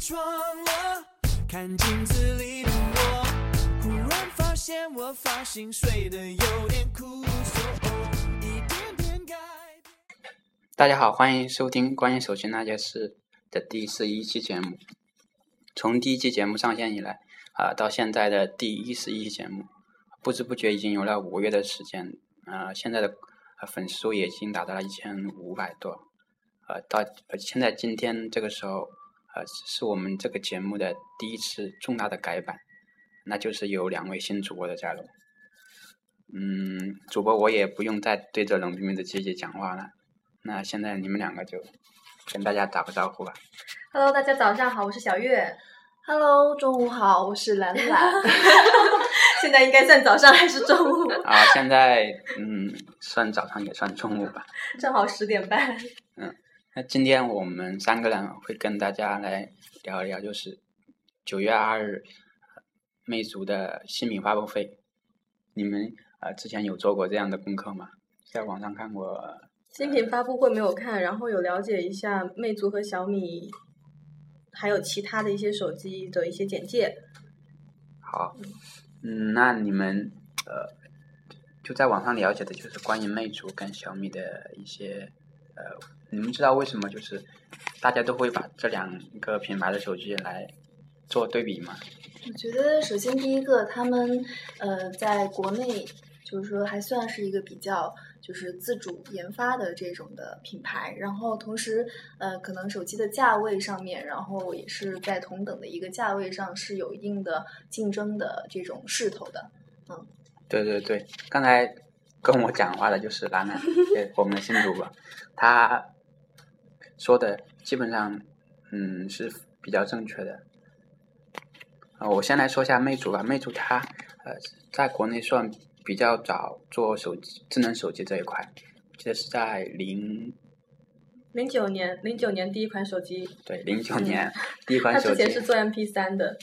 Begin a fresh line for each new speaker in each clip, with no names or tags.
爽了，看镜子里的我，忽然发现我发型睡得有点酷，所以一点点改变。
大家好，欢迎收听《关于手机那些事》的第十一期节目。从第一期节目上线以来，啊、到现在的第一十一期节目，不知不觉已经有了五个月的时间。啊、现在的呃粉丝数也已经达到了一千五百多。呃，到呃现在今天这个时候，呃，是我们这个节目的第一次重大的改版，那就是有两位新主播的加入。嗯，主播我也不用再对着冷冰冰的机器讲话了。那现在你们两个就跟大家打个招呼吧。
Hello，大家早上好，我是小月。Hello，中午好，我是兰兰。 现在应该算早上还是中午？
啊，现在嗯，算早上也算中午吧。
正好十点半。
那今天我们三个人会跟大家来聊一聊，就是九月二日魅族的新品发布会。你们呃之前有做过这样的功课吗？在网上看过
新品发布会没有看，然后有了解一下魅族和小米，还有其他的一些手机的一些简介。
好，嗯，那你们呃就在网上了解的就是关于魅族跟小米的一些呃，你们知道为什么就是大家都会把这两个品牌的手机来做对比吗？
我觉得首先第一个，他们呃，在国内就是说还算是一个比较就是自主研发的这种的品牌，然后同时呃，可能手机的价位上面，然后也是在同等的一个价位上是有一定的竞争的这种势头的。
对对对，刚才跟我讲话的就是兰兰，对我们的新主播，他说的基本上嗯是比较正确的。啊，我先来说一下魅族吧，魅族它呃在国内算比较早做手机智能手机这一块，我记得是在零
零九年，零九年第一款手机，
对零九年第一
嗯它
款手
之
机
前。是做 MP 三的。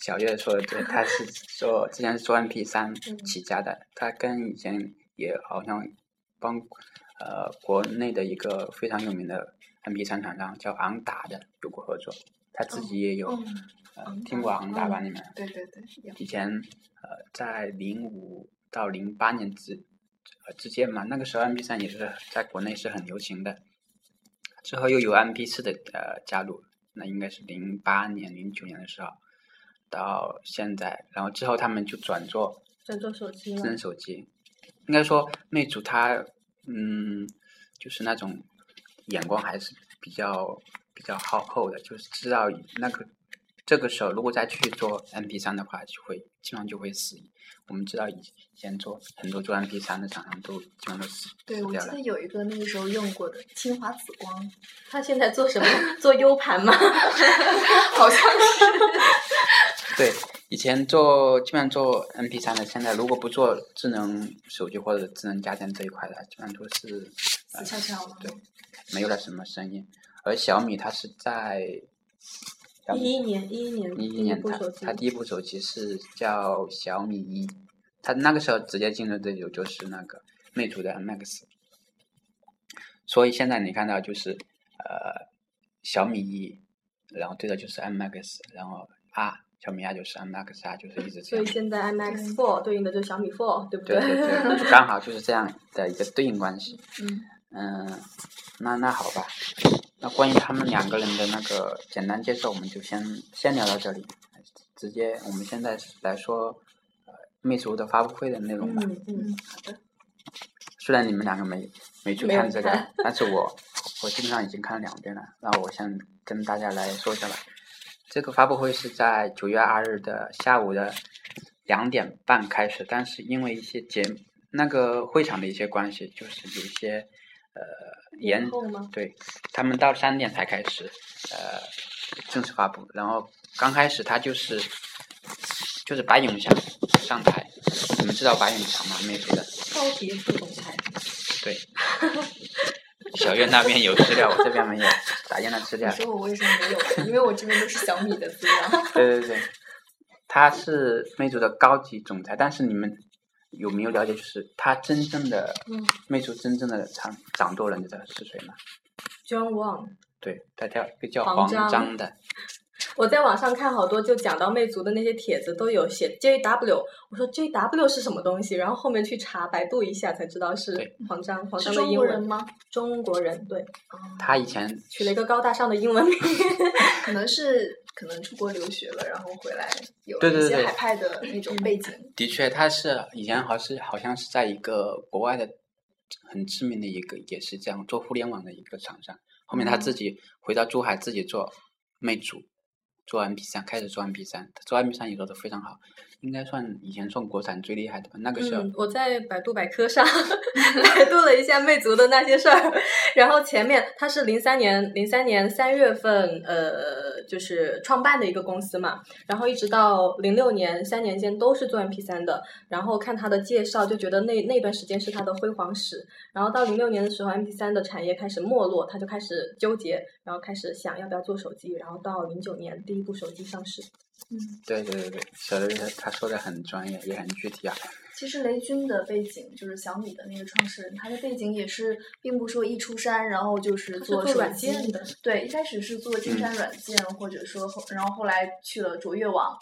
小月说的对，他是做之前是做 MP 三
嗯
起家的，他跟以前也好像帮呃国内的一个非常有名的 MP 三厂商叫昂达的有过合作，他自己也有、
嗯，
呃
昂
听过
达
昂达吧？
嗯
你们
对对对，有
以前呃在零五到零八年之呃之间嘛，那个时候 MP 三也是在国内是很流行的，之后又有 MP 四的呃加入，那应该是零八年零九年的时候到现在，然后之后他们就转做
转做手机
智
吗？
能手机。应该说，魅族它，嗯，就是那种眼光还是比较比较好厚的，就是知道那个这个时候如果再去做 MP 三的话，就会基本上就会死。我们知道以前做很多做 MP 三的厂商都基本上都死
对，
死
我
掉
记
了
得。有一个那个时候用过的清华紫光，
他现在 做什么？做 U 盘吗？
好像是。
对，以前做基本上做 MP 三的，现在如果不做智能手机或者智能家电这一块的，基本上都是呃
死翘翘了
对，没有了什么声音。而小米它是在小
一
米
一年，一一年
一
第
一
一
年
部
它
手机
它。第一部手机是叫小米一，它那个时候直接竞争对手就是那个魅族的 MX，所以现在你看到就是呃小米一，然后对的就是 MX，然后 R 小米 R 就是 MX R 就是一直这
所以
样。
现在 MX Four 对应的就是小米 Four，对不
对对对，就刚好就是这样的一个对应关系。
嗯
嗯，那那好吧，那关于他们两个人的那个简单介绍，我们就先先聊到这里，直接我们现在来说呃魅族的发布会的内容吧。
嗯嗯，
嗯，
虽然你们两个没没去
没有
看这个
看，
但是我我基本上已经看了两遍了。那我先跟大家来说一下吧。这个发布会是在九月二日的下午的两点半开始，但是因为一些节那个会场的一些关系，就是有一些呃延
延后吗？
对他们到三点才开始呃正式发布，然后刚开始他就是就是白永祥上台，你们知道白永祥吗？魅族的。
超级副总裁，
对，小月那边有资料，我这边没有，打印的资料
你。说我为什么没有啊？因为我这边都是小米的资 料。
对对对，他是魅族的高级总裁，但是你们有没有了解，就是他真正的
嗯
魅族真正的掌掌舵人的是谁呢？
，John Wang，
对，它叫被叫
黄
黄
章
章的，
我在网上看好多就讲到魅族的那些帖子，都有写 JW。我说 JW 是什么东西？然后后面去查百度一下才知道是
对
黄章，黄
是
章的
中
英
国人
文
吗？
中国人对，
它以前
取了一个高大上的英文名。
可能是可能出国留学了，然后回来有
对对
一些
对
海派的那
嗯
种背景。
的确，它是以前好像是好像是在一个国外的很知名的一个，也是这样做互联网的一个厂商。后面他自己回到珠海，自己做魅族，做 MP 三，开始做 MP 三，做 MP 三也做得非常好，应该算以前算国产最厉害的吧。那个时候，
嗯，我在百度百科 上百度了一下魅族的那些事儿，然后前面它是零三年零三年三月份呃就是创办的一个公司嘛，然后一直到零六年三年间都是做 MP 三的，然后看它的介绍就觉得那那段时间是它的辉煌史，然后到零六年的时候，MP 三的产业开始没落，它就开始纠结，然后开始想要不要做手机，然后到零九年第一部手机上市，
嗯，
对对对对，小刘他他说的很专业，也很具体啊。
其实雷军的背景就是小米的那个创始人，他的背景也是，并不说一出山然后就是
它是
做
做
手
软
机
件的，
对，一开始是做金
嗯
山软件，或者说后，然后后来去了卓越网，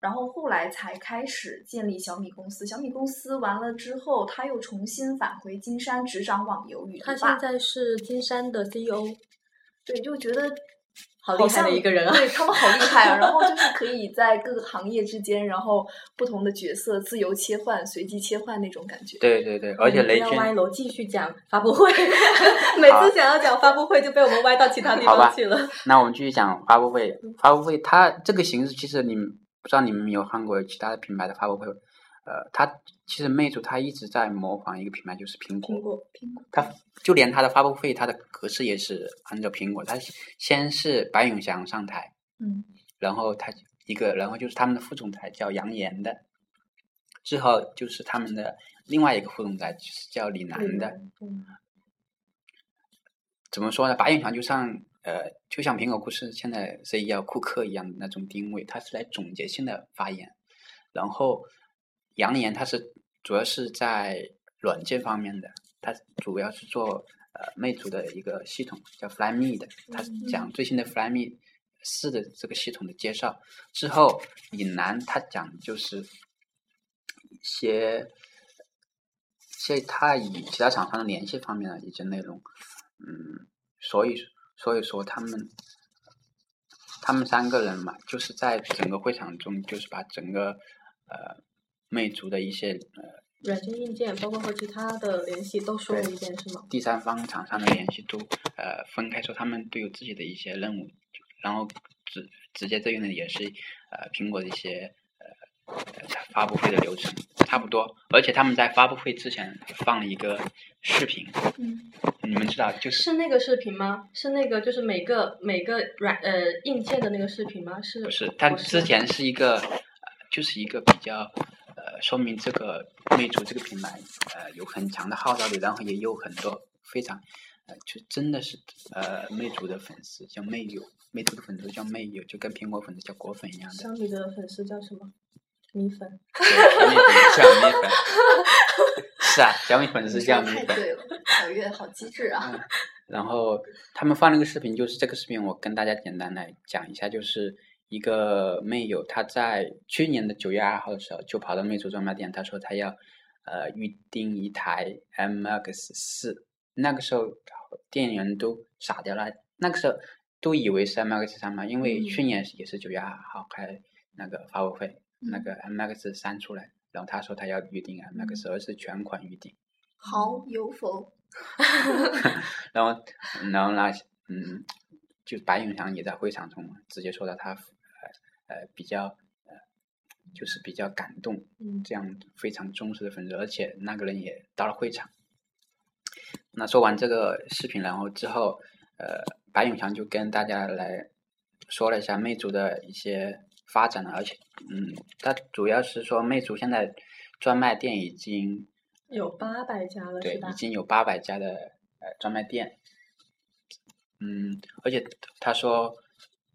然后后来才开始建立小米公司。小米公司完了之后，他又重新返回金山执掌网游与
他
图
现
霸。
在是金山的 E CEO。
对，就觉得
好
好
厉害
像
的一个人啊！
对他们好厉害啊！然后就是可以在各个行业之间，然后不同的角色自由切换、随机切换那种感觉。
对对对， 而且雷
嗯我们不
军
要，歪楼，继续讲发 布会。 每次想要讲发布会，就被我们歪到其他地
好吧
方去了。
那我们继续讲发布会。发布会它这个形式，其实你们不知道你们有看过其他的品牌的发布会吗，呃，它其实魅族它一直在模仿一个品牌，就是苹果。
果，
它就连它的发布会，它的格式也是按照苹果。它先是白永祥上台，
嗯，
然后他一个，然后就是他们的副总裁叫杨岩的，之后就是他们的另外一个副总裁就是叫李楠的。怎么说呢？白永强就像呃，就像苹果公司现在 CEO 库克一样的那种定位，他是来总结性的发言。然后杨岩他是主要是在软件方面的，他主要是做呃魅族的一个系统叫 Flyme 的，他讲最新的 Flyme 四的这个系统的介绍。之后李楠他讲的就是一些。所以他与其他厂商的联系方面的一些内容，嗯，所以所以说他们他们三个人嘛，就是在整个会场中，就是把整个呃魅族的一些呃
软件、硬件，包括和其他的联系，都说了一遍是吗？
第三方厂商的联系都呃分开说，他们都有自己的一些任务，然后直直接对应的也是呃苹果的一些呃呃发布会的流程差不多，而且他们在发布会之前放了一个视频，
嗯，
你们知道就是
是那个视频吗？是那个就是每个每个软呃硬件的那个视频吗？是
不是，它
不
之前是一个，呃就是一个比较，呃，说明这个魅族这个品牌，呃，有很强的号召力，然后也有很多非常，呃，就真的是呃魅族的粉丝，叫魅友，魅族的粉丝叫魅友，就跟苹果粉丝叫果粉一样的
小，米的粉丝叫什么？米粉。
对小米粉丝叫蜜粉，是啊，小米粉丝叫蜜
太
粉。
对了，小月好机智
嗯
啊！
然后他们放了个视频，就是这个视频我跟大家简单来讲一下，就是一个魅友，他在去年的九月二号的时候就跑到魅族专卖店，他说他要呃预定一台 MX 四，那个时候店员都傻掉了，那个时候都以为是 MX 三嘛，因为去年也是九月二号开那个发布会，那个 MX 三出来，然后他说他要预定 MX 二是全款预定。
好有否？
然后，然后呢，嗯，就白永强也在会场中嘛直接说到他，呃呃，比较，呃，就是比较感动，
嗯，
这样非常忠实的粉丝，而且那个人也到了会场。那说完这个视频，然后之后，呃，白永强就跟大家来说了一下魅族的一些发展了，而且，嗯，他主要是说魅族现在专卖店已经
有八百家了
对，
是吧
已？经有八百家的呃专卖店。嗯，而且他说，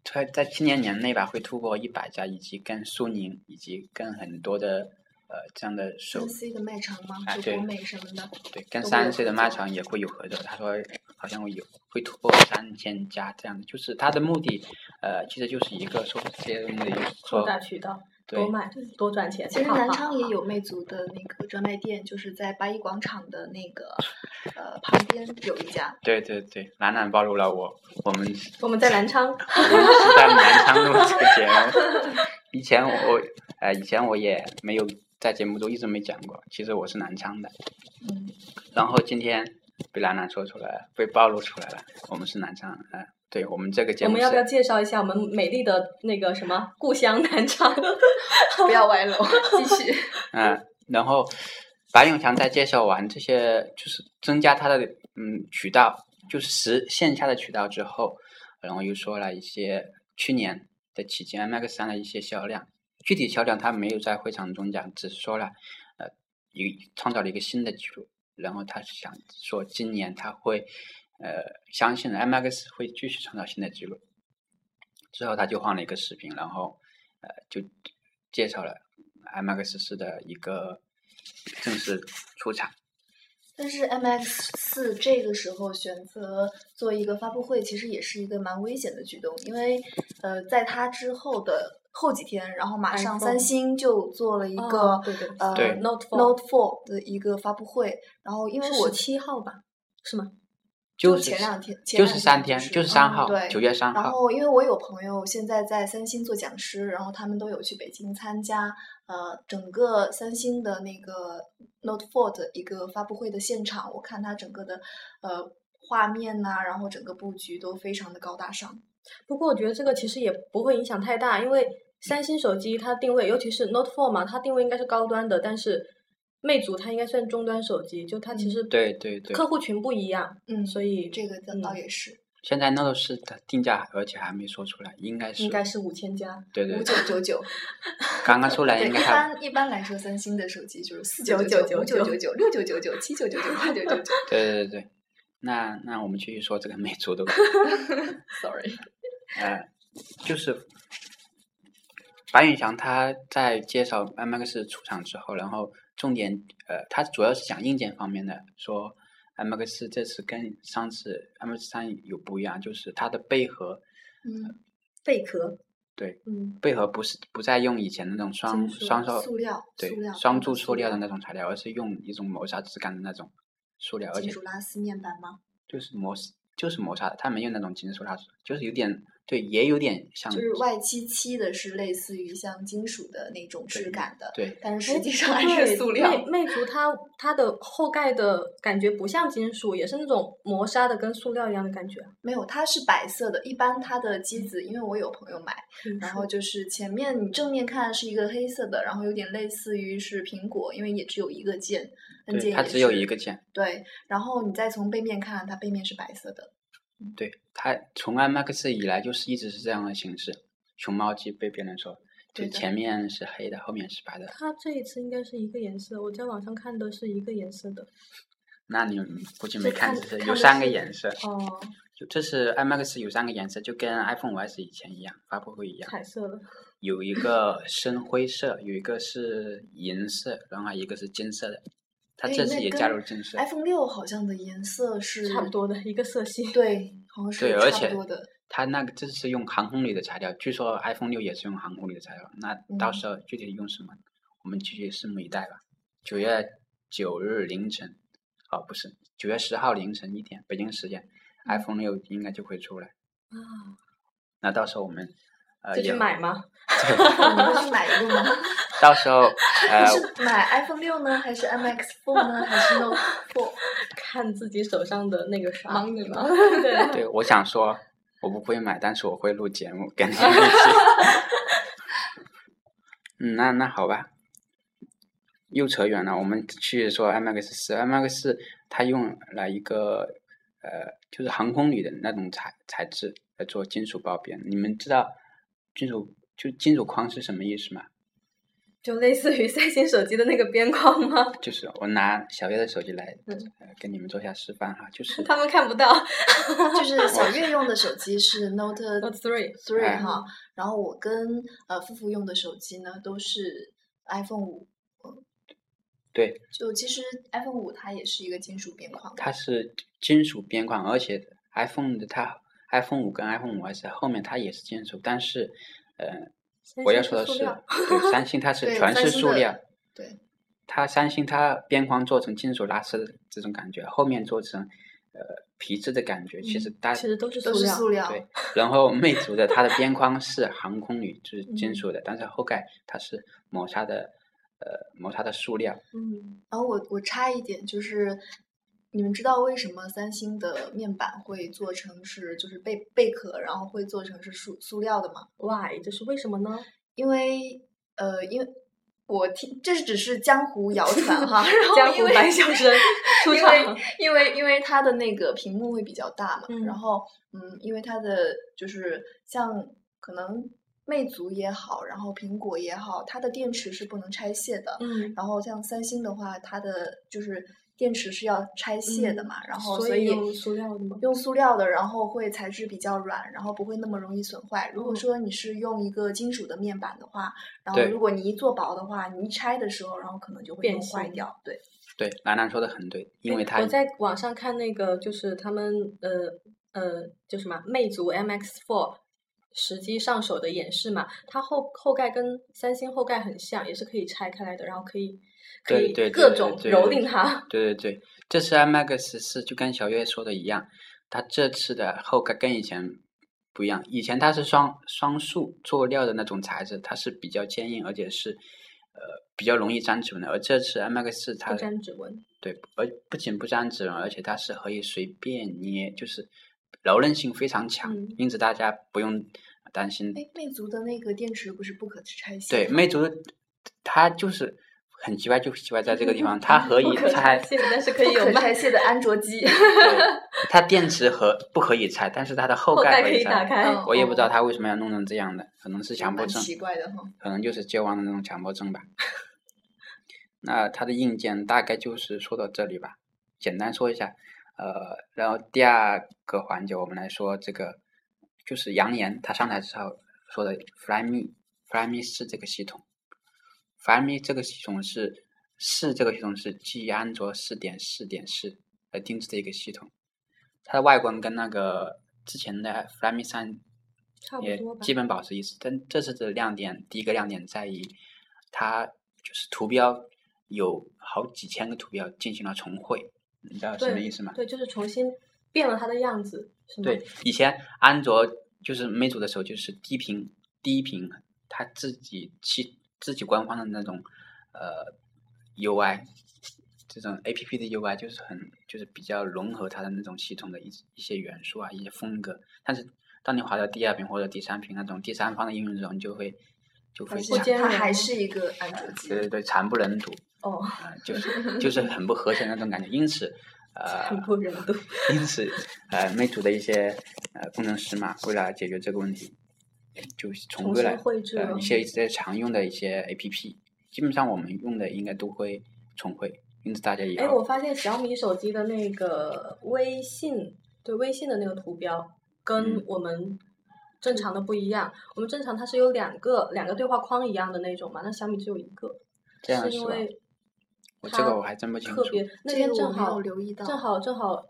他在七年年内吧会突破一百家，以及跟苏宁以及跟很多的呃这样的手
三 C 的卖场吗？
啊
就
对
国美什么的。
对，跟
都会有
三
合
C 的
作
卖场也会有合作。他说好像会有会突破三千家这样的，就是他的目的，呃，其实就是一个说这些东西，就是
扩
说
大渠道，
对
多卖多赚钱。
其实
好
南
好
昌也有魅族的那个专卖店，就是在八一广场的那个呃旁边有一家。
对对对，懒懒暴露了我我们是
我们在南昌，
我们是在南昌录这个节目，以前我呃以前我也没有在节目中一直没讲过，其实我是南昌的，
嗯，
然后今天被兰兰说出来了，被暴露出来了，我们是南昌，呃，对我们这个节
我
目
们
是
要不要介绍一下我们美丽的那个什 么故乡南昌？
不要歪楼，继续。
嗯，然后白永强在介绍完这些，就是增加他的嗯渠道，就是实线下的渠道之后，然后又说了一些去年的旗舰 MX 三的一些销量，具体销量他没有在会场中讲，只说了呃一创造了一个新的记录，然后他想说今年他会呃相信 MX 会继续创造新的记录，之后他就换了一个视频，然后呃就介绍了 MX 四的一个正式出场。
但是 MX 四这个时候选择做一个发布会，其实也是一个蛮危险的举动，因为呃，在它之后的后几天，然后马上
iPhone
三星就做了一个、
哦对对对
呃
对
Note four
Note Four 的一个发布会，然后因为我
十七号吧， 是吗？
就
就
是
前两天，前
就
两
是三天，
天，
就是
嗯
三号，
对，
九月三
然
号。
后，因为我有朋友现在在三星做讲师，然后他们都有去北京参加呃整个三星的那个 Note Four 的一个发布会的现场，我看它整个的呃画面呐、然后整个布局都非常的高大上。
不过我觉得这个其实也不会影响太大，因为三星手机它定位，尤其是 Note Four 嘛，它定位应该是高端的，但是魅族它应该算中端手机，就它其实
对对对，
客户群不一样，
嗯，
所
以
以
这个倒
嗯
倒也是
现在 Note 四的定价，而且还没说出来，应该是
应该是五千加。
对对
五九
对，
九 九，
刚刚出来
对，
应
一
该还
般一般来说，三星的手机就是四九九、五九九九、
999
六九九九、七九九九、八九九九。
对对对对。那那我们继续说这个魅族的问题，
Sorry，
呃，就是白宇翔他在介绍 MX 出场之后，然后重点呃，他主要是讲硬件方面的，说 MX 这次跟上次 MX 三有不一样，就是它的贝壳
嗯，
贝壳，
对，
嗯，
贝壳不是不再用以前的那种双
金属
双手
塑料，
对
塑料
双
注
柱塑料的那种材料，而是用一种磨砂质感的那种塑料，而且
金属拉丝面板吗？
就是磨就是磨砂的，它没有那种金属砂纸，就是有点对，也有点像
就是外漆漆的是类似于像金属的那种质感的，
对
但是实际上还
对，
是塑料。
魅魅族它它的后盖的感觉不像金属，也是那种磨砂的，跟塑料一样的感觉。啊
没有，它是白色的。一般它的机子，因为我有朋友买，然后就是前面你正面看是一个黑色的，然后有点类似于是苹果，因为也只有一个键，按键
对，它
也
只有
是
一个键，
对。然后你再从背面看，它背面是白色的。
对它从 IMAX 以来就是一直是这样的形式，熊猫机被别人说就
对的
前面是黑的，后面是白的，
它这一次应该是一个颜色，我在网上看的是一个颜色的。
那你们估计
是
没看
看
仔细，
看
有
的
三个
是
颜色，
哦，
就这是 IMAX 有三个颜色，就跟 iPhone 5S 以前一样，发布会一样。
彩色的，
有一个深灰色，有一个是银色，然后还有一个是金色的。它
哎
这次
那
也
跟哎
加入金色，
iPhone 六好像的颜色是
差不，多的一个色系。
对，好像是
对而
差
且
不多的。
它那个这次用航空铝的材料，据说 iPhone 六也是用航空铝的材料。那到
嗯
时候具体用什么，我们继续拭目以待吧。九月九日凌晨，哦不是，九月十号凌晨一点北京时间，iPhone
嗯
六应该就会出来。
啊，
那到时候我们呃
就去
也
买吗？
你会去买一个吗？
到时候呃
你 是买 iPhone 六呢，还是 MX Four 呢，还是 Note Four？
看自己手上的那个啥。
忙你忙
对，
对，我想说，我不会买，但是我会录节目跟你们一起。 嗯，那那好吧，又扯远了。我们去说 MX 四，MX 四它用了一个呃，就是航空铝的那种材材质来做金属包边。你们知道金属就金属框是什么意思吗？
就类似于三星手机的那个边框吗？
就是我拿小月的手机来、
嗯
呃、跟你们做一下示范哈，就是
他们看不到。
就是小月用的手机是 Note
Note three，
Three
哎
哈，然后我跟呃夫妇用的手机呢都是 iPhone 五，嗯
对，
就其实 iPhone 五它也是一个金属边框，
它是金属边框，而且 iPhone 的它 iPhone 五跟 iPhone 五 S 后面它也是金属，但是呃，我要说的
塑
是，
料
对三星它是
对
全
三
是
星
塑
的
料，
对，
它三星它边框做成金属拉丝的这种感觉，后面做成呃皮质的感觉，其实它、
其实都是塑
都是
料。
塑料，
对，然后魅族的它的边框是航空铝，就是金属的，但是后盖它是磨砂的，呃，磨砂的塑料。
嗯，
然后我我插一点，就是你们知道为什么三星的面板会做成是就是贝贝壳，然后会做成是塑塑料的吗？
哇，这是为什么呢？
因为呃，因为我听这是只是江湖谣传哈，然后
江
因
湖
为
白晓生 出
因
场
为。因为因为它的那个屏幕会比较大嘛，
嗯
然后嗯，因为它的就是像可能魅族也好，然后苹果也好，它的电池是不能拆卸的，
嗯，
然后像三星的话，它的就是电池是要拆卸的嘛，然后
嗯所
以
以用塑料的吗
用塑料的，然后会材质比较软，然后不会那么容易损坏。如果
嗯
说你是用一个金属的面板的话，然后
对
如果你一做薄的话，你一拆的时候，然后可能就会
变
弄坏
形
掉。对，
对，兰兰说的很对，因为它
我在网上看那个，就是他们呃呃，就什么魅族 MX Four 实机上手的演示嘛，它后后盖跟三星后盖很像，也是可以拆开来的，然后可以可
对
以
对对
各
对
种
对
蹂
对
躏它。
对对对，这次 iMac 十四就跟小月说的一样，它这次的后盖跟以前不一样，以前它是双双塑做料的那种材质，它是比较坚硬，而且是呃比较容易粘指纹的，而这次 iMac 四它
不沾指纹，
对，而不仅不粘指纹，而且它是可以随便捏，就是柔韧性非常强，
嗯
因此大家不用担心。
哎，魅族的那个电池不是不可拆卸
对，
的吗？
魅族它就是很奇怪，就奇怪在这个地方，它可
不
以
可
拆
拆，卸，但是可以
不
有
可
卖
拆卸的安卓机，
对 它电池和不可以拆，但是它的后
后盖
可
可以
以
打
拆。
开。
嗯
我也不知道它为什么要弄成这样的，可能是 强迫
蛮
症。
奇怪的哈。
可能就是健忘的那种强迫症吧。 那它的硬件大概就是说到这里吧，简单说一下。呃，然后第二个环节我们来说这个，就是扬言它上台之后说的 Flyme Flyme 四这个系统，Flyme 这个系统是四这个系统是基于安卓四点四点四来定制的一个系统，它的外观跟那个之前的 Flyme 三
差不
也
多吧
基本保持一致。但这次的亮点，第一个亮点在于它就是图标有好几千个图标进行了重绘，你知道什么
对
意思吗？
对，就是重新变了它的样子，是吗？
对，以前安卓就是魅族的时候，就是低频低频，它自己其自己官方的那种呃 UI，这种 APP 的 UI 就是很就是比较融合它的那种系统的一一些元素啊，一些风格。但是当你滑到第二屏或者第三屏那种第三方的应用中，就会就
而
会
且
不兼
它
容
还
吗
是一个安卓机
对，对对，惨不忍睹
哦，
啊、就是就是很不和谐的那种感觉。因 此，呃，
很不忍睹。
因此，呃，魅族的一些呃工程师嘛，为了解决这个问题，就重
重
归
新
来
绘制
呃
了
一些一些常用的一些 APP，基本上我们用的应该都会重绘，因此大家以
哎，我
后
发现小米手机的那个微信，对微信的那个图标跟
嗯
我们正常的不一样。我们正常它是有两个两个对话框一样的那种嘛，那小米只有一个，
这样
是因
吧？
为
我
它
这个我还真不清楚
特。别那
这
天
个我
正
没有
好
留意到
正好正好。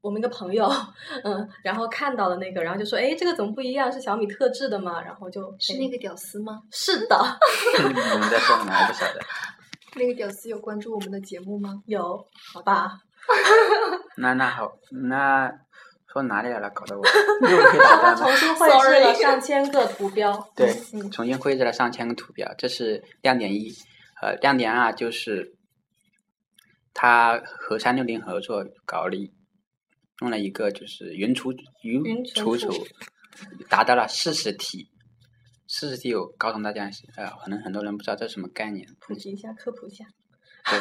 我们一个朋友， 嗯，然后看到了那个，然后就说：“哎，这个怎么不一样？是小米特制的吗？”然后就是哎
那个屌丝吗？
是的，
你们在说什么？我不晓得。
那个屌丝有关注我们的节目吗？
有好 吧？
那那好，那说哪里来了？搞 得我又被打
它
断
重
了。
新绘制了
Sorry
上千个图标，
对
嗯，
重新绘制了上千个图标，这是亮点一。呃，亮点二就是它和三六零合作搞了一用了一个就是云存
云
云
存
存
储
储，达到了四十 T。四十 T 我告诉大家一下，呃，可能很多人不知道这是什么概念。
普及一下，科普一下。
对，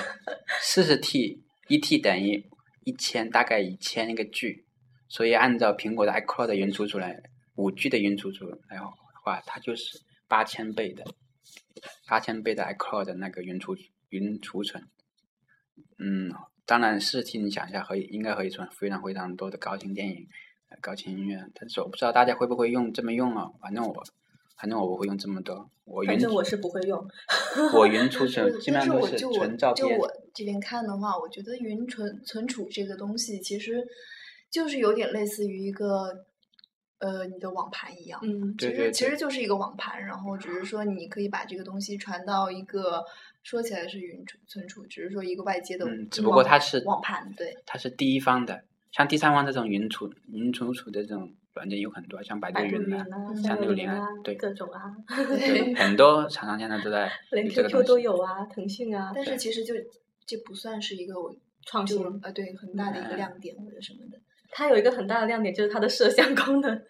四十 T 一 T 等于一千，大概一千个 G，所以按照苹果的 iCloud 的云存储来，五 G 的云存储来话，它就是八千倍的，八千倍的 iCloud 的那个云储云储存。嗯，当然四十 T 你想一下，可以应该可以存非常非常多的高清电影、呃高清音乐，但是我不知道大家会不会用这么用啊，反正我反正我不会用这么多，我
反
云
正我是不会用。
我云储
对
存基本
但是
上都
我
是
就我
纯照
就
片，
我这边看的话，我觉得云存存储这个东西其实就是有点类似于一个呃你的网盘一样，
嗯，
对
其
对
实其
对
实就是一个网盘，然后只是说你可以把这个东西传到一个说起来是云存存储，只是说一个外接的网，
嗯只不过它是
网盘对，
它是第一方的，像第三方这种云储云存储的这种软件有很多，像百度
百度
云
云
呐、
啊，
嗯
三
三
六
六
零
零
啊
啊，对
各种啊，
对，很多厂商现在都在
连
有这个
QQ
东
都
西。
有啊，腾讯啊，
但是
对
其实就这不算是一个我
创
就
新
呃对很大的一个
嗯
亮点或者什么的，
它有一个很大的亮点就是它的摄像功能。
哦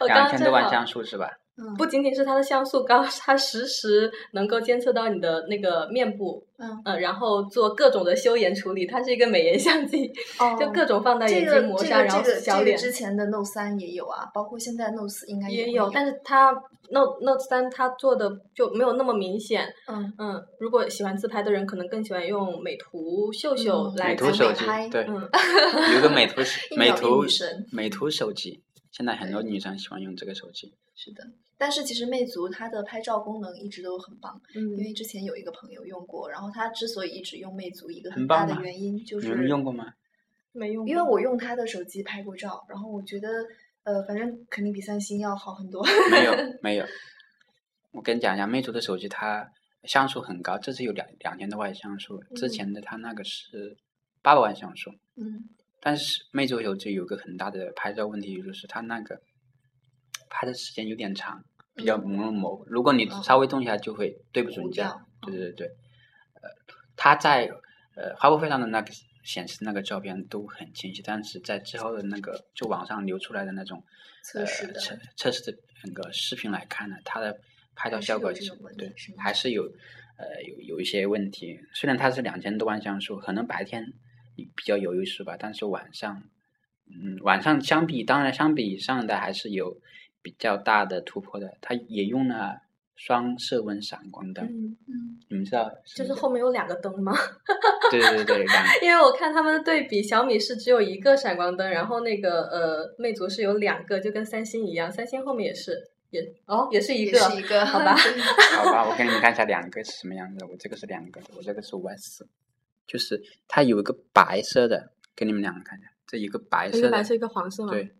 我刚
两
刚
千
正
多万
好
像素是吧？
嗯
不仅仅是它的像素高，它实时能够监测到你的那个面部，
嗯
呃，然后做各种的修颜处理，它是一个美颜相机，
哦
就各种放大
这
眼
个
睛、磨
这
砂，
个
然
这
后
个
小
这个
脸。
之前的 Note 三也有啊，包括现在 Note 四应该
也
会
有，但是它 Note Note 三它做的就没有那么明显。
嗯，
嗯，如果喜欢自拍的人，可能更喜欢用美图秀秀
嗯
来
美
来
图
自
手
美
机
拍，
对，
嗯，
有个美图
一
美
秒一
图
女神
美图手机，现在很多女生喜欢用这个手机。
是的。但是其实魅族它的拍照功能一直都很棒，
嗯
因为之前有一个朋友用过，然后他之所以一直用魅族，一个
很
很
棒
大的
吗
原因就
你
是
们用过吗？
没用过，
因为我用他的手机拍过照，然后我觉得呃，反正肯定比三星要好很多。
没有，没有。我跟你讲一下，魅族的手机它像素很高，这次有两两千多万像素，之
嗯
前的它那个是八百万像素。
嗯，
但是魅族手机有个很大的拍照问题，就是它那个拍的时间有点长，比较
嗯
朦胧模糊。如果你
嗯
稍微动一下，就会对不
糊
准焦
掉。哦
对对对，呃，它在呃发布会上的那个显示那个照片都很清晰，但是在之后的那个就网上流出来的那种
测试的
呃、测测试的那个视频来看呢，它的拍照
还是
效
有
果
这
是
种问
对
题是吗
还是有呃有有一些问题。虽然它是两千多万像素，可能白天比较有优势吧，但是晚上，嗯，晚上相比当然相比上一代还是有比较大的突破的。它也用了双色温闪光灯，
嗯，
你们知道什
就
么叫
是后面有两个灯 吗？
对对对，两
因为我看他们对比，小米是只有一个闪光灯，然后那个呃魅族是有两个，就跟三星一样，三星后面也是也哦也是一
也
个，
是一个
好吧？
对
好吧，我给你们看一下两个是什么样子。我这个是两个，我这个是五 S，就是它有一个白色的，给你们两个看一下，这一个白
一
色
个
的，
白色一个黄色嘛，
对，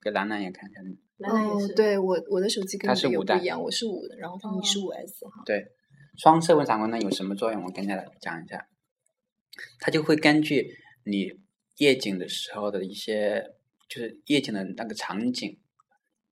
给兰兰也看一下。
蓝蓝也
哦
是，，
对我我的手机跟
它
你
是
的有
五
不
代
一样，我是五的，然后你是
哦
五 S 哈。
对，双色温闪光灯有什么作用？我跟大家讲一下，它就会根据你夜景的时候的一些，就是夜景的那个场景，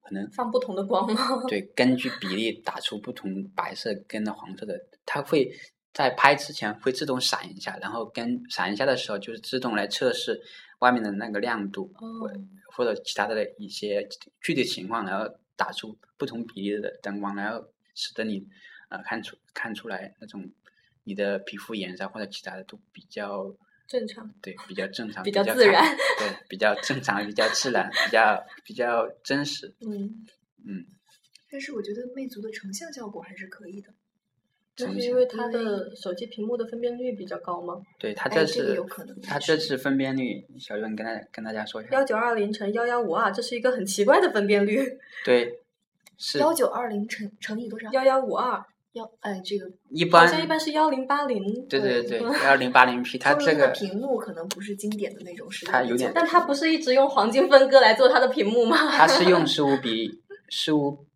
可能
放不同的光吗？
对，根据比例打出不同白色跟那黄色的，它会在拍之前会自动闪一下，然后跟闪一下的时候就是自动来测试外面的那个亮度，
哦
或者其他的一些具体情况，然后打出不同比例的灯光，然后使得你呃看出看出来那种你的皮肤颜色或者其他的都比较
正常。
对比较正常，
比
比
较
较
自
看
然，
对比较正常，比较自然，比较比较真实，
嗯，
嗯。
但是我觉得魅族的成像效果还是可以的。
就
呈
是
现
因为它
因
的手机屏幕的分辨率比较高吗？
对他这
哎这个
次，
有可能
他这
是
次分辨率，小刘你跟大跟大家说一
幺
下，
九二零乘幺幺五二，这是一个很奇怪的分辨率，
对，是
幺九二零乘乘以多少？
幺幺五二
幺哎，这个
一般，
好像一般是幺零八零。
对对对，幺零八零 P，它
嗯说明
这
的
个
屏幕可能不是经典的那种十
它
六比
有
九
点
的
但它不
屏
是一直用黄金分割来做它的屏幕吗？
它是 用十五比十五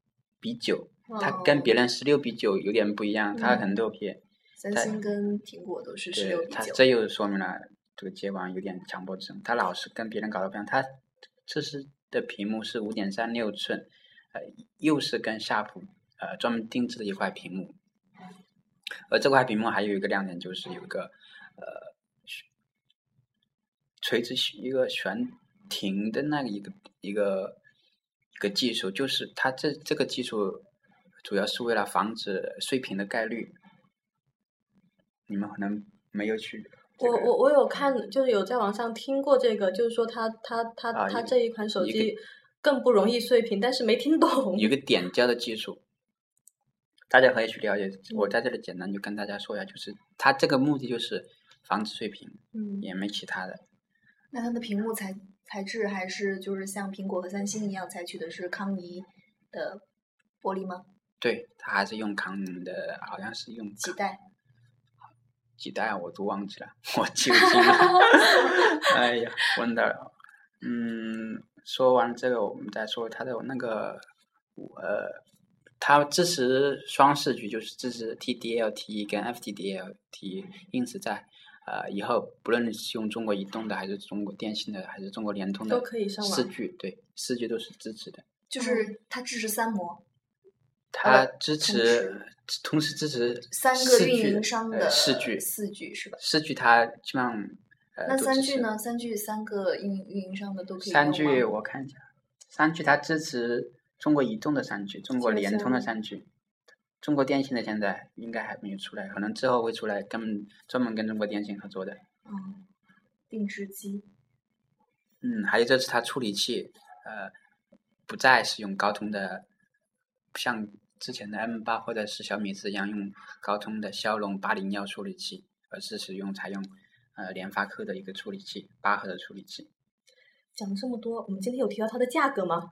比九，
幕
它
哦
跟别人十六比九有点不一样，它很多撇，
三
它
星跟苹果都是十六
对，
比
它
九。
这又说明了这个接管有点强迫症，它老是跟别人搞得不一样，它这次的屏幕是五点三六寸，呃，又是跟夏普呃专门定制的一块屏幕，而呃这块屏幕还有一个亮点就是有一个呃垂直悬一个悬停的那个一个一个一个技术，就是它这这个技术主要是为了防止碎屏的概率。你们可能没有去、这
我
个，
我我有看，就是有在网上听过这个，就是说它它它
啊
它
一个
这一款手
一个
机更不容易碎屏，但是没听懂。
有一个点胶的技术，大家可以去了解。我在这里简单就跟大家说一下，就是它这个目的就是防止碎屏，
嗯，
也没其他的。
那它的屏幕材材质还是就是像苹果和三星一样采取的是康妮的玻璃吗？
对他还是用康宁的，好像是用
几
康
代？
几代啊我都忘记了，我记不清了。 哎呀，问到了，嗯，说完这个，我们再说他的那个，呃，他支持双视距，就是支持 TDLT E 跟 FTDLT，因 E 此在呃以后不论你是用中国移动的，还是中国电信的，还是中国联通的，
都可以上网
视距对视距都是支持的。
就是它支持三模，
它支持
呃时
同时支持
三个
四
运
句
营商
呃
的
四句
四句是吧？
四句它基本上呃
那
都
三
支
句
持
呢？三句三个运运营商的都可以
三
用
句
吗
我看一下，三句它支持中国移动的三句，中国
这个
联通的
是
三句，中国电信的现在应该还没有出来，可能之后会出来跟专门跟中国电信合作的。
嗯，定制机
嗯，还有就是它处理器，呃，不再是用高通的，像之前的 M 八或者是小米四一样用高通的骁龙八零幺处理器，而是使用采用呃联发科的一个处理器，八核的处理器。
讲了这么多，我们今天有提到它的价格吗？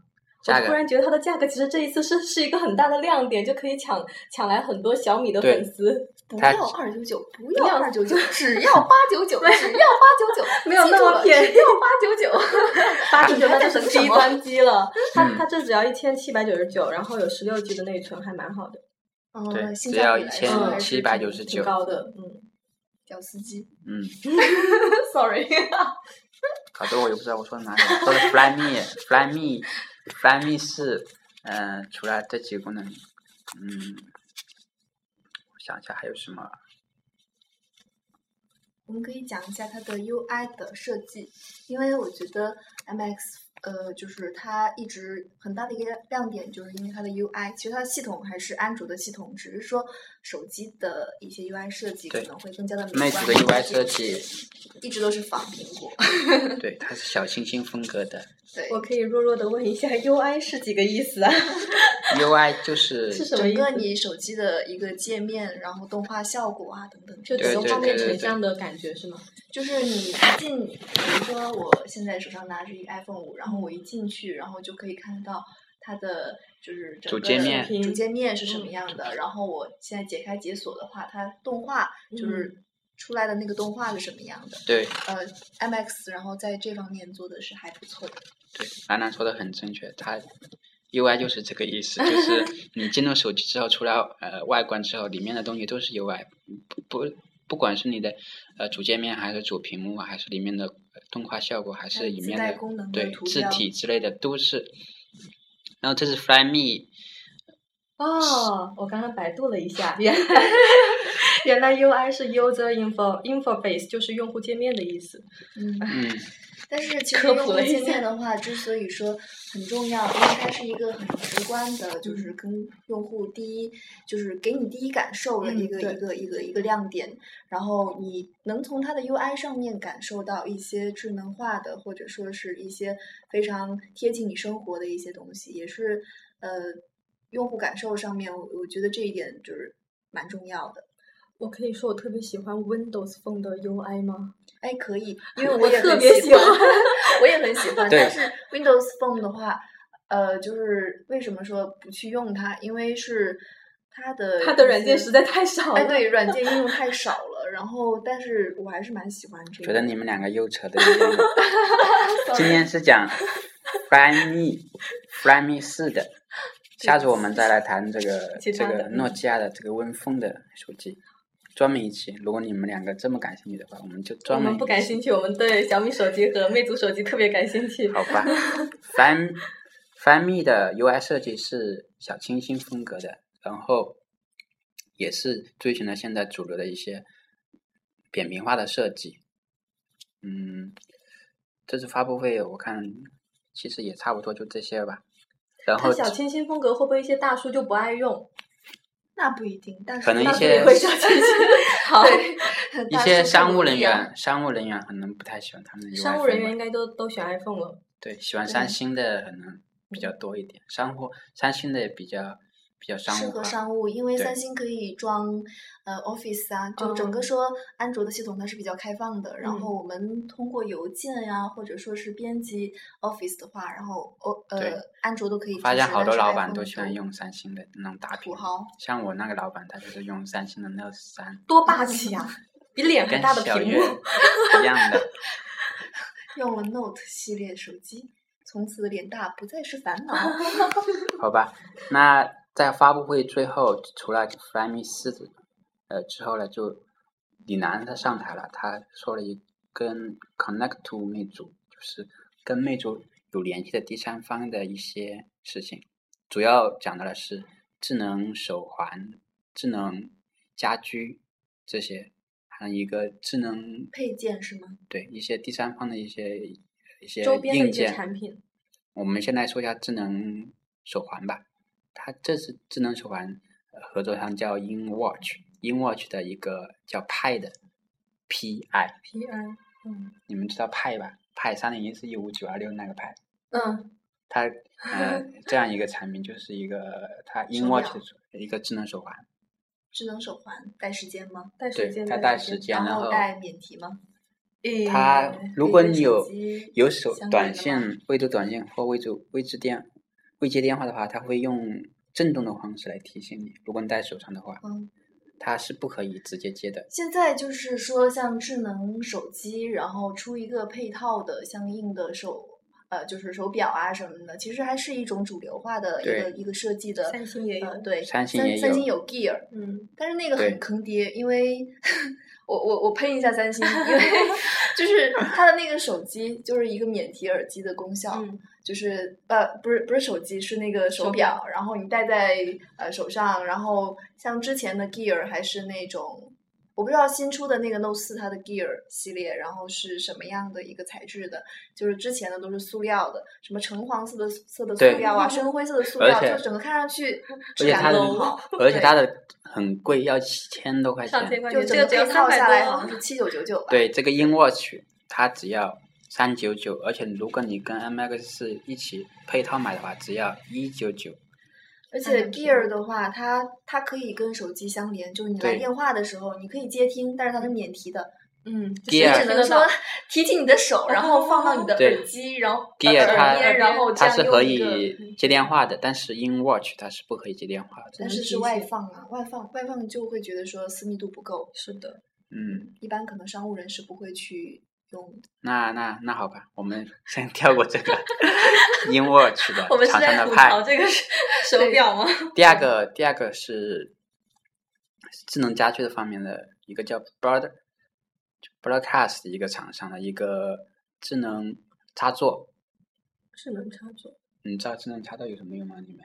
价
我
格
突然觉得它的价格其实这一次是是一个很大的亮点，就可以抢抢来很多小米的
对
粉丝。
不
它
要二九九，不
不
要
要
二九九，只要八九九，只要八九九，
没有
记
那
住
么
了
便宜
只要八九九。
八十 九
你还
那
在
就是
等什
低
么
端机了，它
嗯
它这只要一千七百九十九，然后有十六 G 的内存，还蛮好的，
对
嗯，性
只
价
要
比来说还是
1799
挺
挺高的。嗯
屌丝机，
嗯，
，sorry，
搞得我也不知道我说哪里了，说的 Flyme，Flyme，Flyme 是，嗯、除了这几个功能，嗯，我想一下还有什么？
我们可以讲一下它的 UI 的设计，因为我觉得 MX 呃，就是它一直很大的一个亮点，就是因为它的 UI，其实它的系统还是安卓的系统，只是说手机的一些 UI 设计可
对
能会更加的美
魅
观
族
一
的 UI 设
些。
计，
一直都是仿苹 果，
对，它是小清新风格的
对，
我可以弱弱的问一下，UI 是几个意思啊？
UI，就是
是什么
整
意
个
思？
你手机的一个界面，然后动画效果啊等等，
就
这
对
整个
些
对
画
方
面
面
对
成
对
像的感觉是吗？
就是你一进，比如说我现在手上拿着一个 iPhone 五，然后我一进去，然后就可以看到它的就是整
主
个
界
的
面
主界面是什么
嗯
样的。然后我现在解开解锁的话，它动画
嗯
就是出来的那个动画是什么样的。
对
呃，MX，然后在这方面做的是还不错的。
对，兰兰说的很正确，它 UI 就是这个意思， 就是你进入手机之后，除了呃外观之后，里面的东西都是 UI，不不不管是你的呃主界面还是主屏幕啊，还是里面的动画效果，还
还
是
有
里
自
面
带
的
功能的
对
图
字
标
体之类的都是。然后这是 Flyme，嗯
哦，我刚刚百度了一下，原来原来 UI 是 user info interface，就是用户界面的意思。
嗯，
嗯，
但是其实
科
用
普
户
了一
界
下
面的话，之所以说很重要，因为它是一个很直观的，
嗯
就是跟用户第一就是给你第一感受的
嗯
一个、
对
一个一个一个亮点。然后你能从它的 UI 上面感受到一些智能化的，或者说是一些非常贴近你生活的一些东西，也是呃用户感受上面，我我觉得这一点就是蛮重要的。
我可以说我特别喜欢 Windows Phone 的 UI 吗？
哎，可以， 因为
我
也
特
很
别喜
喜欢
欢，
我也很喜欢。
对
但是 Windows Phone 的话，呃，就是为什么说不去用它？因为是它的
它的
一
软件
些
实在太少
哎，
了
对，软件应用太少了。然后，但是我还是蛮喜欢这个。
觉得你们两个又扯得一样了。 今
Sorry
天是讲 Flyme Flyme 四的，下次我们再来谈这个
其
这
他的嗯
个诺基亚的这个 Win Phone 的手机，专门一期。如果你们两个这么感兴趣的话，我们就
我
专门
们不感兴趣，我们对小米手机和魅族手机特别感兴趣。
好吧，Flyme Flyme 的 UI 设计是小清新风格的，然后也是追寻了现在主流的一些扁平化的设计。嗯，这次发布会我看其实也差不多就这些吧。然
它
后
小清新风格会不会一些大叔就不爱用？
那不一定，但是
可能
大
一
叔
些
也会 小 清新。好，
很
一
大
些
数据
商务
流
人
量
员，商务人员可能不太喜欢他们的 UI
商务人
风格
员应该都都选 iPhone 了。
对喜欢三星的可能比较多一点，商户三星的也比较比较商
适
务
合
化。
商务，因为
对嗯
三星可以装呃 Office 啊，就整个说安卓的系统它是比较开放的。然后我们通过邮件呀、或者说是编辑 Office 的话，然后 O
对
呃安卓都可以支持。
发现好多
但是
老
iPhone
板都喜欢
就
用三星的那种大屏
土，豪，
像我那个老板他就是用三星的 Note 三，
多霸气 呀、比脸还
跟
大的
小
屏
月
幕，
一样的。
用了 Note 系列手机，从此脸大不再是 烦恼。
好吧，那在发布会最后，除了弗莱米斯子，呃之后呢，就李楠他上台了，他说了一跟 Connect to 魅族，就是跟魅族有联系的第三方的一些事情，主要讲到的是智能手环、智能家居这些，还有一个智能
配件是吗？
对一些第三方的一些一些
周边的
硬
一些
件。
产品，
我们先来说一下智能手环吧，它这次智能手环呃合作商叫 InWatch，InWatch 的一个叫 Pi 的 Pi，
PI，嗯
你们知道 Pi 吧？Pi 三零一四一五九二六那个 Pi，
嗯，
它呃这样一个产品就是一个它
手
InWatch 的一个智能手环，
智能手环带时间吗？
带时
对
间，，
它带
带
时，间，
然
然
后
后
带免提吗？
诶
它如果
对
你
手
有
机
有手
相
短
关的
信
吗
未读短信或未读未接电未接电话的话，它会用震动的方式来提醒你。如果你戴手上的话，
嗯，
它是不可以直接接的。
现在就是说，像智能手机，然后出一个配套的相应的手，呃，就是手表啊什么的，其实还是一种主流化的一
对
个一个设计的。
三星也有，
呃，对，
三星
三
也
三
有
星有 Gear，
嗯，
但是那个
对
很坑爹，因为我我我喷一下三星，因为 就是它的那个手机就是一个免提耳机的功效，
嗯，
就是呃，不是不是手机，是那个手
手
表，然后你戴在呃手上，然后像之前的 Gear 还是那种，我不知道新出的那个 Note 四它的 Gear 系列，然后是什么样的一个材质的，就是之前的都是塑料的，什么橙黄色的色的
对
塑料 啊，深灰色的塑
而
料，
且
就整个看上去
而
质
且
感
它的
都不好，
而且
对
它的很贵，要七千多块
上千
钱。
块
就
钱，
整
这个只要
个配
三
套下
百
来好像
多，
是七九九九吧，
对，这个 InWatch 它只要三九九，而且如果你跟 MX 一起配套买的话，只要一九九。
哦
而
按
且
钮是
Gear
吗
的话，它它可以跟手机相连，就是你来
对
电话的时候，你可以接听，但是它是免提的，
嗯，就
你
是
Gear
只
只能
能说
说
提起你的手，然后放到你的
对
耳机，然后呃
Gear 它
耳边，然后这
它
样
是
用
可
一个
嗯
以接电话的，但是 InWatch 它是不可以接电话的。
但是是外放啊，外放外放就会觉得说私密度不够，
是的，
嗯，
一般可能商务人士不会去用。
那那那好吧，我们先跳过这个 InWatch 的
我们是
厂商
在
的
吐槽
哦
派。
这个是手表吗？
第二个第二个是智能家居的方面的一个叫 Broad Broadcast 一个厂商的一个智能插座。
智能插座，
你知道智能插座有什么用吗？你们，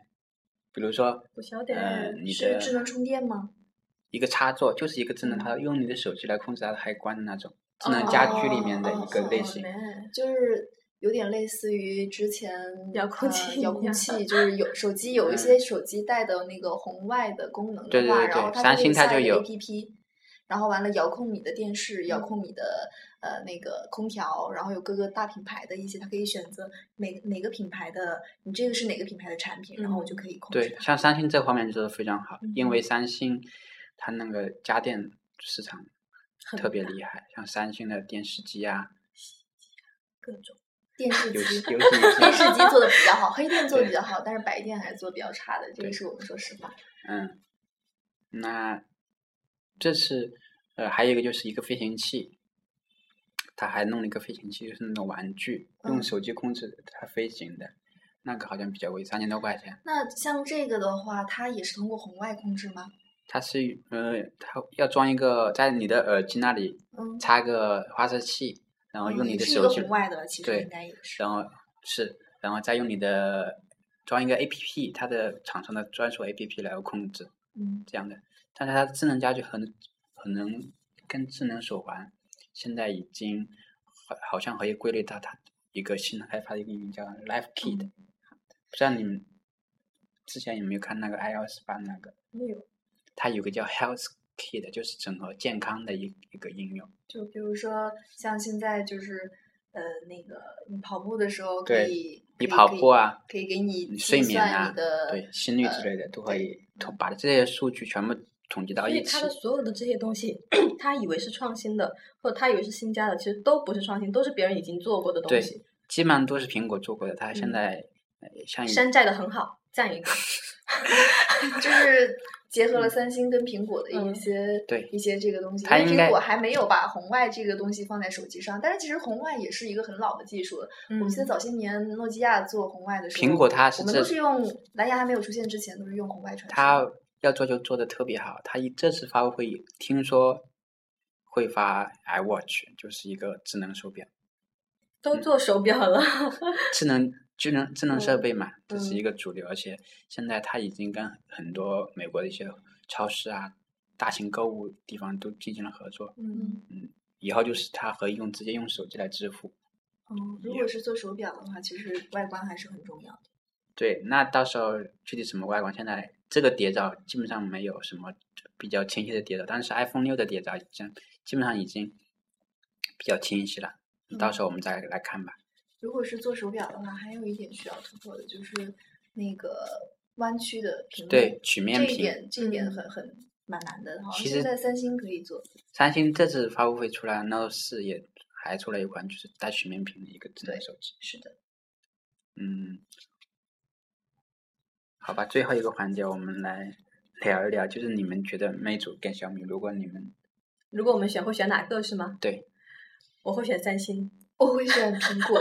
比如说，
我小点
呃，
儿，
你
是
的
智能充电吗？
一个插座就是一个智能插座，用你的手机来控制它的开关的那种智
哦
能家居里面的一个
哦
类
哦
型。
就是有点类似于之前
遥控器
呃、遥
一
控
样
器，就是有手机有一
嗯
些手机带的那个红外的功能的话，
对对对
然后
对
它
三
可以
星它
下
就
一个
有
APP，然后完了遥控你的电视，遥
嗯
控你的呃那个空调，然后有各个大品牌的一些，它可以选择每哪个品牌的，你这个是哪个品牌的产品，然后我就可以控制
嗯对，
它。
像三星这方面做的非常好，因
嗯
为三星它那个家电市场
很
特别
大
厉害，像三星的电视机啊，
各种
电视
游戏
机。
游戏
电
机，
视机做的比较好，黑店做的比
对
较好，但是白店还是做的比较差的，这
对
个是我们说实话。
嗯，那这次呃还有一个就是一个飞行器，它还弄了一个飞行器，就是那种玩具，用
嗯
手机控制它飞行的，那个好像比较贵，三千多块钱。
那像这个的话，它也是通过红外控制吗？
它是呃，它要装一个在你的耳机那里
嗯，
插个发射器，然后
嗯
用
也
你的
是一
手
个
机
红外的吧，其实
对
应该也是。
然后是，然后再用你的装一个 APP，它的厂商的专属 APP 来控制
嗯，
这样的。但是它智能家居很可能跟智能手环现在已经好好像可以归类到它一个新开发的一个应用叫 Life Kit，、不
嗯
知道你们之前有没有看那个 iOS 版那个？
没有，
它有个叫 Health Kit，就是整合健康的一一个应用。
就比如说像现在就是呃那个你跑步的时候可
对
以
你跑
可以
步啊，
可以给你
你
计
睡眠
算
啊
你
呃
的
对心率之类的都可以统把这些数据全部统计到
所
一
以
起
他。的所有的这些东 西，他以为是创新的，或者他以为是新加的，其实都不是创新，都是别人已经做过的东
对
西，
基本上都是苹果做过的，它现在呃像
嗯山寨的很好，赞一 个。
就是结合了三星跟苹果的一
嗯
些、
嗯对
一些这个东西，
它
因为
应
苹
该
果还没有把红外这个东西放在手机上，但是其实红外也是一个很老的技术了。
嗯
我们记得早些年诺基亚做红外的时候，
苹果它是
我们
这
都是用蓝牙还没有出现之前都是用红外传输。
它要做就做的特别好。它一这次发布会听说会发 iWatch，就是一个智能手表，
都做手表了，
智能智能智能设
嗯
备嘛，这是
嗯
一个主流，而且现在它已经跟很多美国的一些超市啊、大型购物地方都进行了合作。
嗯，
以后就是它可以用直接用手机来支付。
嗯，如果是做手表的话，其实外观还是很重要的。
对，那到时候具体什么外观，现在这个谍照基本上没有什么比较清晰的谍照，但是 iPhone 六的谍照已经基本上已经比较清晰了，到时候我们再来看吧。
如果是做手表的话，还有一点需要突破的就是那个弯曲的屏幕，
对，曲面
这一
屏，
点这一点
嗯
很很蛮难的，好像
其
现
实
在三星可以做。
三星这次发布会出来 Note 四也还出了一款就是带曲面屏的一个智能
对
手机。
是的，
嗯，好吧，最后一个环节我们来聊一聊，就是你们觉得魅族跟小米，如果你们
如果我们选会选哪个是吗？
对
我会选三星。
我会选苹 果。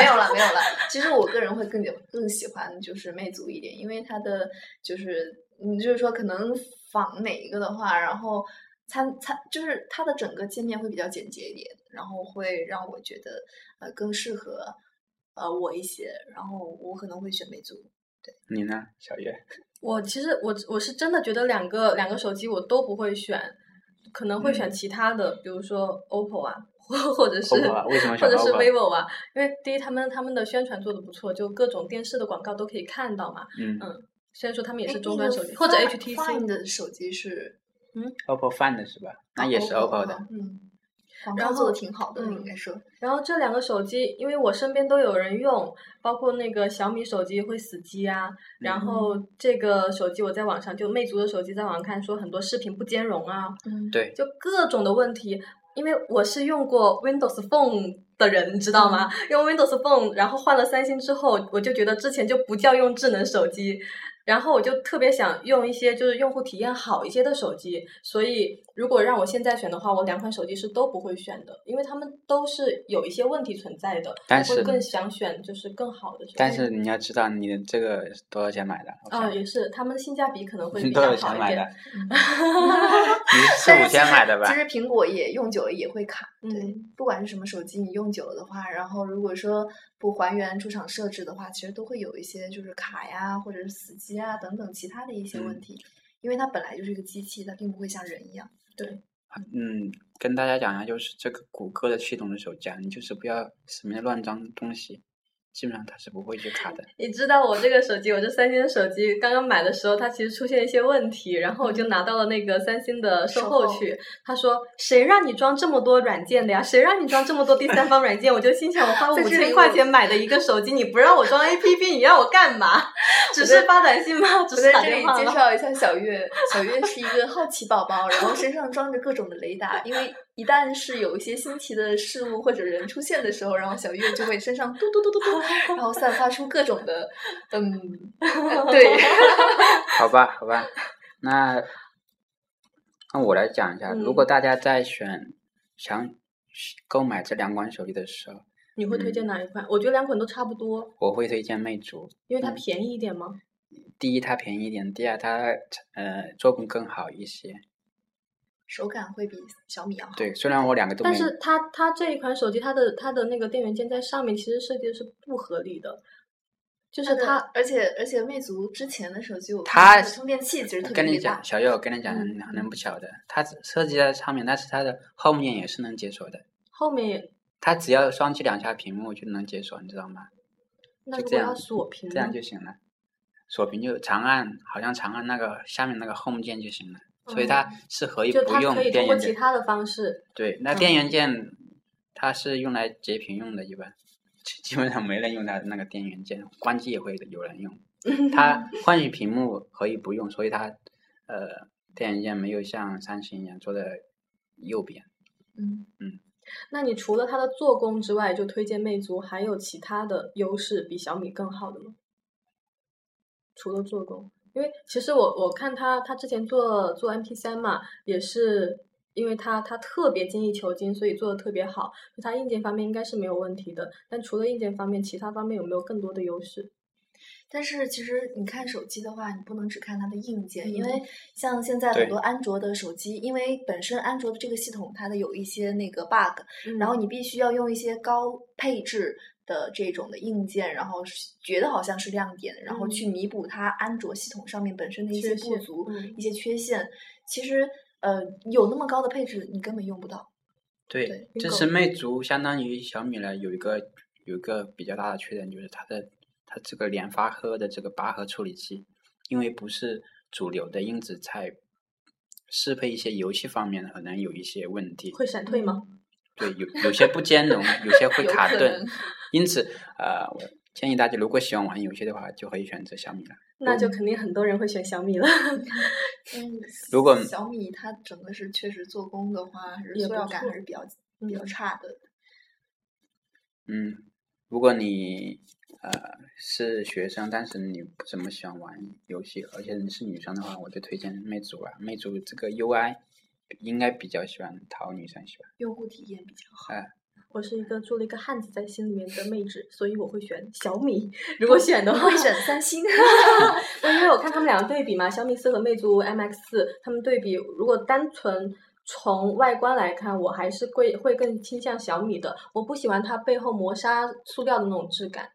没有了，没有了。其实我个人会更有更喜欢就是魅族一点，因为它的就是你就是说可能仿哪一个的话，然后参参就是它的整个界面会比较简洁一点，然后会让我觉得呃更适合呃我一些，然后我可能会选魅族。
你呢，小月？
我其实我我是真的觉得两个两个手机我都不会选，可能会选
嗯
其他的，比如说 OPPO 啊，或或者是
OPPO 啊为什么选
或者是
OPPO？
vivo 啊，因为第一他们他们的宣传做的不错，就各种电视的广告都可以看到嘛。
嗯
嗯虽然说他们也
哎
是
那
终端
个
手机，或者
Fi-
HTC
Find 的手机是
，OPPO Find 是吧？
啊
那也是
OPPO
OPPO 的
哈。嗯，广
然
告做
后
的挺好的，
嗯
应该说。
然后这两个手机，因为我身边都有人用，包括那个小米手机会死机啊，然后这个手机我在网上就魅族的手机在网上看说很多视频不兼容啊，
嗯，
对，
就各种的问题。因为我是用过 Windows Phone 的人，你知道吗？
嗯
用 Windows Phone，然后换了三星之后，我就觉得之前就不叫用智能手机，然后我就特别想用一些就是用户体验好一些的手机。所以如果让我现在选的话，我两款手机是都不会选的，因为他们都是有一些问题存在的。
但
我
是
会更想选就是更好的手机。
但是你要知道，你的这个是多少钱买的？我
啊、
想
也是，他们性价比可 能会比
多
较
少
好
钱
一
买的
点。？嗯
你是 四
但
五
是其
千
实
买的吧
其？实苹果也用久了也会卡，对，
嗯
不管是什么手机，你用久了的话，然后如果说不还原出厂设置的话，其实都会有一些就是卡呀，或者是死机啊等等其他的一些问
嗯
题，因为它本来就是一个机器，它并不会像人一样。
嗯，跟大家讲一下，就是这个谷歌的系统的手机啊，你就是不要死命地乱装东西，基本上它是不会去卡的。
你知道我这个手机，我这三星的手机刚刚买的时候，它其实出现一些问题，然后我就拿到了那个三星的嗯售后去，他说谁让你装这么多软件的呀？谁让你装这么多第三方软件？我就心想，我 花
在
五
这里
千
我
块钱买的一个手机，你不让我装 APP，你让我干嘛？只
我
是
在
发短信吗？只
我
是
在
打
这里
电话
介
吗？
绍一下小月，小月是一个好奇宝宝，然后身上装着各种的雷达，因为一旦是有一些新奇的事物或者人出现的时候，然后小月就会身上嘟嘟嘟嘟嘟，然后散发出各种的，嗯， 呃对，
好吧，好吧，那那我来讲一下，如
嗯
果大家在选想购买这两款手机的时候，
你会推荐哪一款？我觉得两款都差不多，
我会推荐魅族。
因为它
嗯
便宜一点嘛。
第一，它便宜一点；第二，它呃做工更好一些。
手感会比小米要好。
对，虽然我两个都没
但是它它这一款手机，它的它的那个电源键在上面，其实设计的是不合理的，就
就是是
它
它，而且而且魅族之前的手机，我
它
看的充电器其实特别
跟你
大
讲，，小月，我跟你讲，
嗯
你可能不晓得，它只设计在上面，但是它的后面也是能解锁的，
后面也
它只要双击两下屏幕就能解锁，你知道吗？
嗯那
就
如
这
果
样
要锁屏
这样
呢
就行了。锁屏就长按，好像长按那个下面那个 home 键就行了，所以它适合于
哦就
不
它
用
可以通
电
过
源
其
键。
他的方式，
对，那
嗯
电源键它是用来截屏用的，一般基基本上没人用它的那个电源键，关机也会有人用。它换一屏幕可以不用，所以它呃电源键没有像三星一样做的右边。
嗯
嗯，
那你除了它的做工之外，就推荐魅族还有其他的优势比小米更好的吗？除了做工，因为其实我我看他他之前做做 MP 三嘛，也是因为他他特别精益求精，所以做的特别好。就它硬件方面应该是没有问题的，但除了硬件方面，其他方面有没有更多的优势？
但是其实你看手机的话，你不能只看它的硬件，因
嗯
为像现在
对
很多安卓的手机，因为本身安卓的这个系统它的有一些那个 bug，然
嗯
后你必须要用一些高配置的这种的硬件，然后是觉得好像是亮点，然后去弥补它安卓系统上面本身的一
缺
些不
陷
足、
嗯
一些缺陷。其实呃，有那么高的配置，你根本用不到。
对
对，
这
并
是
购
魅族相当于小米呢，有一个有一个比较大的缺点，就是它的它这个联发科的这个八核处理器，因为不是主流的，因此在适配一些游戏方面可能有一些问题，
会闪退吗？
对，有有些不兼容，有些 会
有
卡
可
顿
能，
因此呃，我建议大家如果喜欢玩游戏的话，就可以选择小米了。
那
嗯
就肯定很多人会选小米了。
嗯，
如果
小米它整个是确实做工的话，还是
也
塑
不
料感
错
还是比较比较
嗯
差的。
嗯，如果你呃是学生，但是你不怎么喜欢玩游戏，而且你是女生的话，我就推荐魅族啊。魅族这个 UI 应该比较喜欢讨女生喜欢。
用户体验比较好。
我是一个住了一个汉子在心里面的妹纸，所以我会选小米。如果选的话，
会选三星，
我因为我看他们两个对比嘛，小米四和魅族 MX 四，他们对比，如果单纯从外观来看，我还是会会更倾向小米的。我不喜欢它背后磨砂塑料的那种质感，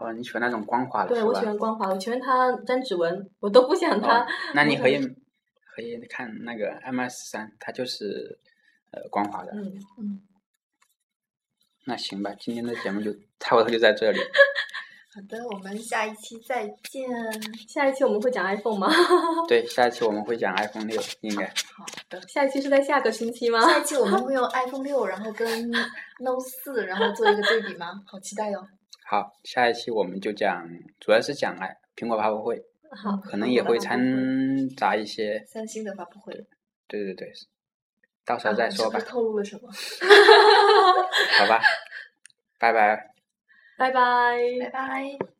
哦，你喜欢那种光滑的
对
是
我
吧
喜？欢光滑，我喜欢它粘指纹，我都不想它。
哦，那你
我
可以
很
可以看那个 MS 三，它就是呃光滑的。
嗯，
那行吧，今天的节目就差不多就在这里。
好的，我们下一期再 见。
下一期我们会讲 iPhone 吗？
对，下一期我们会讲 iPhone 六，应该。
下一期是在下个星期吗？
下一期我们会用 iPhone 六，然后跟 Note 四，然后做一个对比吗？好期待哟、
好，下一期我们就讲，主要是讲哎苹果发布会。
好，
可能也会
好吧
掺杂一些，
三星的发布会，
对对对，到时候再
啊
说吧
是不，是透露了什么？
好吧，拜拜。
拜拜。
拜拜。